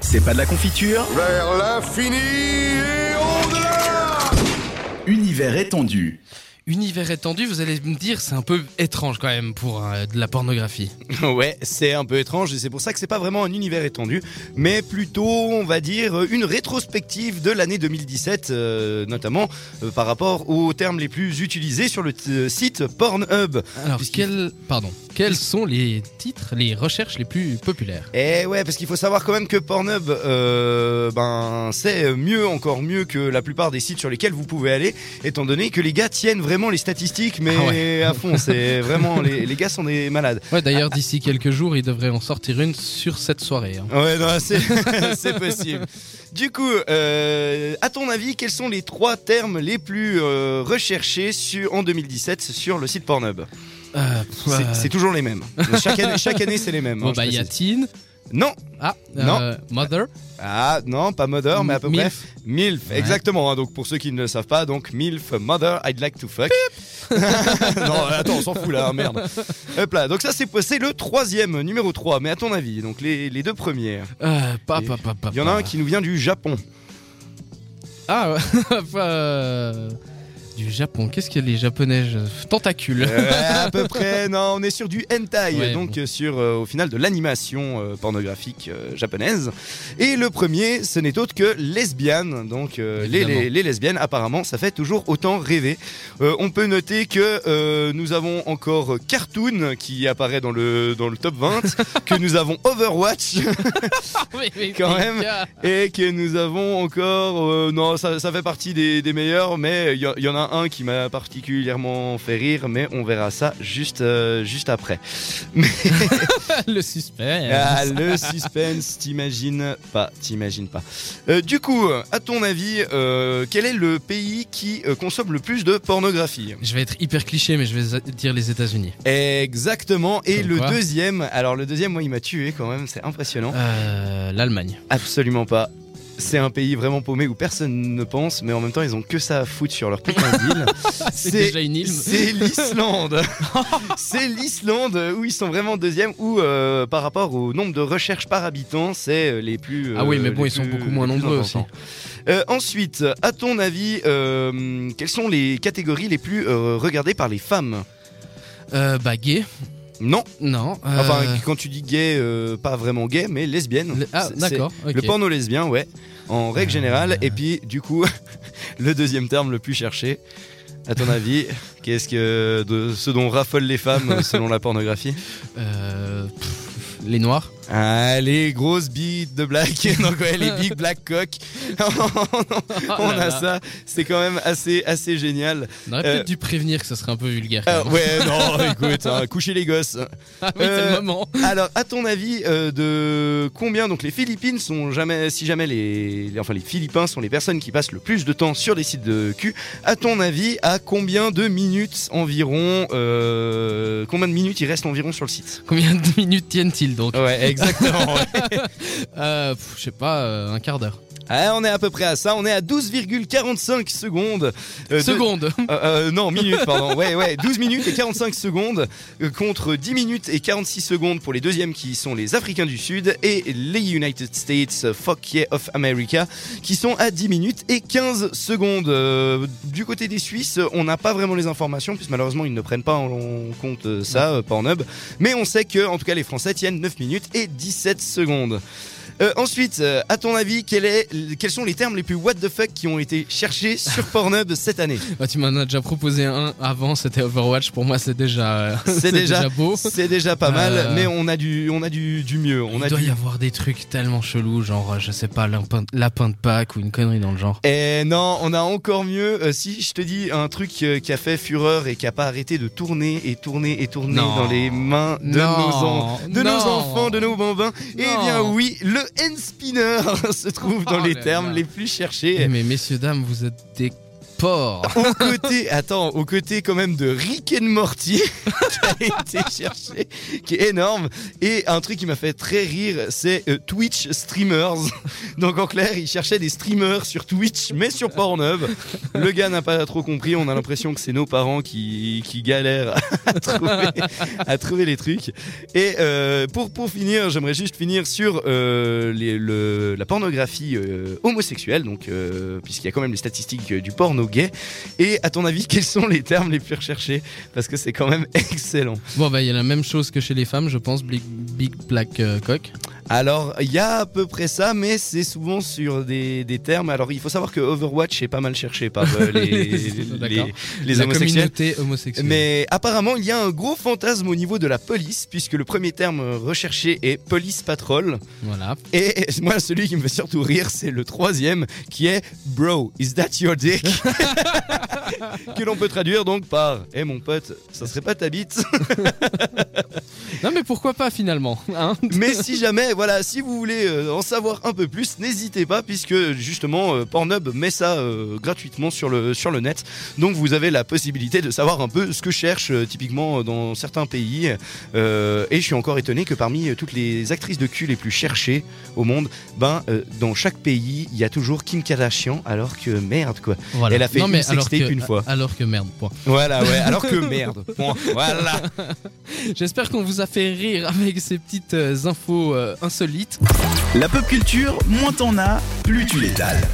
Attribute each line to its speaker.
Speaker 1: C'est pas de la confiture,
Speaker 2: Vers l'infini et au-delà
Speaker 1: univers étendu.
Speaker 3: Univers étendu, vous allez me dire, c'est un peu étrange quand même pour euh, de la pornographie.
Speaker 4: Ouais, c'est un peu étrange et c'est pour ça que c'est pas vraiment un univers étendu, mais plutôt, on va dire, une rétrospective de l'année 2017, euh, notamment euh, par rapport aux termes les plus utilisés sur le t- site Pornhub.
Speaker 3: Alors,
Speaker 4: Puisqu'il-
Speaker 3: quel... pardon, quels sont les titres, les recherches les plus populaires
Speaker 4: Et Eh ouais, parce qu'il faut savoir quand même que Pornhub, euh, ben, c'est mieux, encore mieux que la plupart des sites sur lesquels vous pouvez aller, étant donné que les gars tiennent vraiment les statistiques, mais
Speaker 3: Ah
Speaker 4: à fond, c'est vraiment, les, les gars sont des malades.
Speaker 3: Ouais, d'ailleurs, d'ici quelques jours, il devrait en sortir une sur cette soirée. hein.
Speaker 4: Ouais, non, c'est c'est possible. Du coup, euh, à ton avis, quels sont les trois termes les plus euh, recherchés sur, en 2017 sur le site Pornhub
Speaker 3: Euh,
Speaker 4: C'est-
Speaker 3: euh,
Speaker 4: C'est toujours les mêmes. Chaque année, chaque année, c'est les mêmes.
Speaker 3: Bon,
Speaker 4: hein, je
Speaker 3: bah, il y a
Speaker 4: précise.
Speaker 3: Teen.
Speaker 4: Non
Speaker 3: Ah,
Speaker 4: Non.
Speaker 3: euh, Mother.
Speaker 4: Ah non, pas Mother, mais à peu près.
Speaker 3: Milf.
Speaker 4: MILF,
Speaker 3: Ouais.
Speaker 4: exactement. hein, donc pour ceux qui ne le savent pas, donc MILF, Mother, I'd like to fuck. non, attends, on s'en fout là, hein, merde. Hop là, donc ça c'est c'est le troisième, numéro 3. Mais à ton avis, donc les, les deux premières.
Speaker 3: Euh, pa, pa, pa, pa,
Speaker 4: Il y en a
Speaker 3: pa.
Speaker 4: un qui nous vient du Japon.
Speaker 3: Ah, ouais, euh, du Japon. Qu'est-ce qu'il y a les Japonais je- Tentacules.
Speaker 4: Euh, à peu près, non, on est sur du hentai,
Speaker 3: Ouais,
Speaker 4: donc euh, sur euh, au final de l'animation euh, pornographique euh, japonaise. Et le premier, ce n'est autre que lesbienne, donc euh, les,
Speaker 3: Évidemment.
Speaker 4: les- les lesbiennes, apparemment, ça fait toujours autant rêver. Euh, on peut noter que euh, nous avons encore Cartoon qui apparaît dans le, dans le top 20, que nous avons Overwatch
Speaker 3: Oui, oui, Ah,
Speaker 4: Quand
Speaker 3: les
Speaker 4: même.
Speaker 3: gars.
Speaker 4: et que nous avons encore. euh, non, ça, ça fait partie des, des meilleurs, mais il y, a- il y en a un qui m'a particulièrement fait rire, mais on verra ça juste, euh, juste après.
Speaker 3: Le suspect.
Speaker 4: Ah, le suspense, t'imagines pas, t'imagines pas. Euh, du coup, à ton avis, euh, quel est le pays qui euh, consomme le plus de pornographie
Speaker 3: Je vais être hyper cliché, mais je vais dire les États-Unis.
Speaker 4: Exactement, et
Speaker 3: Comme
Speaker 4: le
Speaker 3: quoi.
Speaker 4: deuxième, alors le deuxième, moi, il m'a tué quand même, c'est impressionnant.
Speaker 3: Euh, L'Allemagne.
Speaker 4: Absolument pas. C'est un pays vraiment paumé où personne ne pense, mais en même temps, ils ont que ça à foutre sur leur putain d'île.
Speaker 3: C'est déjà une île.
Speaker 4: C'est l'Islande. c'est l'Islande où ils sont vraiment deuxième, où euh, par rapport au nombre de recherches par habitant, c'est euh, les plus. euh,
Speaker 3: Ah oui, mais bon,
Speaker 4: les
Speaker 3: ils sont
Speaker 4: plus-
Speaker 3: beaucoup moins
Speaker 4: les plus
Speaker 3: nombreux aussi.
Speaker 4: importants. Euh, ensuite, à ton avis, euh, quelles sont les catégories les plus euh, regardées par les femmes
Speaker 3: Euh, bah, gay.
Speaker 4: Non.
Speaker 3: Non. euh,
Speaker 4: Enfin, quand tu dis gay, euh, pas vraiment gay, mais lesbienne.
Speaker 3: le- Ah,
Speaker 4: C'est- c'est-
Speaker 3: d'accord. ok.
Speaker 4: le porno lesbien, ouais, en règle
Speaker 3: Euh.
Speaker 4: générale. Et puis, du coup, le deuxième terme le plus cherché, à ton avis, qu'est-ce que de ce dont raffolent les femmes selon la pornographie
Speaker 3: Euh, pff, les noirs.
Speaker 4: Ah, les grosses bites de black, donc ouais, les big black cock. On a ça, c'est quand même assez, assez génial.
Speaker 3: On aurait peut-être
Speaker 4: Euh,
Speaker 3: dû prévenir que ça serait un peu vulgaire.
Speaker 4: Ah,
Speaker 3: quand même.
Speaker 4: ouais, non, écoute, hein, couchez les gosses.
Speaker 3: Ah oui, c'est
Speaker 4: euh,
Speaker 3: le moment.
Speaker 4: Alors, à ton avis, euh, de combien donc les Philippines sont jamais, si jamais les, les- enfin les Philippins sont les personnes qui passent le plus de temps sur des sites de cul. À ton avis, à combien de minutes environ, euh, combien de minutes il reste environ sur le site
Speaker 3: Combien de minutes tiennent-ils donc
Speaker 4: Ouais, exactement.
Speaker 3: Euh, pff, Je sais pas, euh, un quart d'heure.
Speaker 4: Ah, on est à peu près à ça. On est à 12,45 secondes. euh, de-
Speaker 3: Seconde.
Speaker 4: Euh, euh, non, minutes, pardon. Ouais, ouais, 12 minutes et 45 secondes euh, contre 10 minutes et 46 secondes pour les deuxièmes qui sont les Africains du Sud et les United States euh, Fuck Yeah of America qui sont à 10 minutes et 15 secondes. Euh, du côté des Suisses, on n'a pas vraiment les informations puisque malheureusement ils ne prennent pas en compte euh, ça, euh, Pornhub. Mais on sait que, en tout cas, les Français tiennent 9 minutes et 17 secondes. Euh, ensuite, euh, à ton avis, quel est, quels sont les termes les plus what the fuck qui ont été cherchés sur Pornhub cette année
Speaker 3: Bah, tu m'en as déjà proposé un avant, c'était Overwatch. Pour moi, c'est déjà, euh,
Speaker 4: C'est déjà-
Speaker 3: beau.
Speaker 4: C'est déjà pas mal,
Speaker 3: Euh.
Speaker 4: mais on a du, on a du, du mieux. On
Speaker 3: Il
Speaker 4: a
Speaker 3: doit
Speaker 4: du...
Speaker 3: y avoir des trucs tellement chelous, genre, euh, je sais pas, lapin, lapin de Pâques ou une connerie dans le genre.
Speaker 4: Eh non, on a encore mieux. Euh, si je te dis un truc euh, qui a fait fureur et qui a pas arrêté de tourner et tourner et tourner
Speaker 3: Non.
Speaker 4: dans les mains de,
Speaker 3: Non.
Speaker 4: nos, en- de nos
Speaker 3: Non.
Speaker 4: enfants, de nos bambins, eh
Speaker 3: Non.
Speaker 4: bien oui, le hand spinner se trouve dans
Speaker 3: Oh
Speaker 4: les
Speaker 3: là
Speaker 4: termes
Speaker 3: là.
Speaker 4: les plus
Speaker 3: Eh,
Speaker 4: cherchés.
Speaker 3: mais messieurs, dames, vous êtes des porc.
Speaker 4: Au côté, attends, au côté quand même de Rick and Morty, qui a été cherché, qui est énorme. Et un truc qui m'a fait très rire, c'est euh, Twitch Streamers. Donc en clair, il cherchait des streamers sur Twitch, mais sur Pornhub. Le gars n'a pas trop compris, on a l'impression que c'est nos parents qui, qui galèrent à trouver, à trouver les trucs. Et euh, pour, pour finir, j'aimerais juste finir sur euh, les- le- la pornographie euh, homosexuelle, donc euh, puisqu'il y a quand même les statistiques euh, du porno gay. Et à ton avis, quels sont les termes les plus recherchés Parce que c'est quand même excellent.
Speaker 3: Bon, bah, il y a la même chose que chez les femmes, je pense. Big, big Black euh, Cock.
Speaker 4: Alors, il y a à peu près ça, mais c'est souvent sur des, des termes. Alors, il faut savoir que Overwatch est pas mal cherché par euh, les, les,
Speaker 3: D'accord.
Speaker 4: les
Speaker 3: la
Speaker 4: homosexuels.
Speaker 3: communauté homosexuelle.
Speaker 4: Mais apparemment, il y a un gros fantasme au niveau de la police, puisque le premier terme recherché est police patrol.
Speaker 3: Voilà.
Speaker 4: Et moi, celui qui me fait surtout rire, c'est le troisième, qui est Bro, is that your dick Que l'on peut traduire donc par Eh mon pote, ça serait pas ta bite
Speaker 3: Non, mais pourquoi pas finalement hein
Speaker 4: Mais si jamais, voilà, si vous voulez euh, en savoir un peu plus, n'hésitez pas, puisque justement euh, Pornhub met ça euh, gratuitement sur le, sur le net. Donc vous avez la possibilité de savoir un peu ce que cherche euh, typiquement euh, dans certains pays. Euh, et je suis encore étonné que parmi euh, toutes les actrices de cul les plus cherchées au monde, ben euh, dans chaque pays, il y a toujours Kim Kardashian, alors que merde quoi.
Speaker 3: Voilà.
Speaker 4: Elle a fait
Speaker 3: non,
Speaker 4: une
Speaker 3: mais alors
Speaker 4: sextape
Speaker 3: que-
Speaker 4: une fois.
Speaker 3: Alors que merde, point.
Speaker 4: Voilà, ouais, alors que merde. Point. Voilà.
Speaker 3: J'espère qu'on vous a fait rire avec ces petites euh, infos euh, insolites.
Speaker 1: La pop culture, moins t'en as, plus tu l'étales.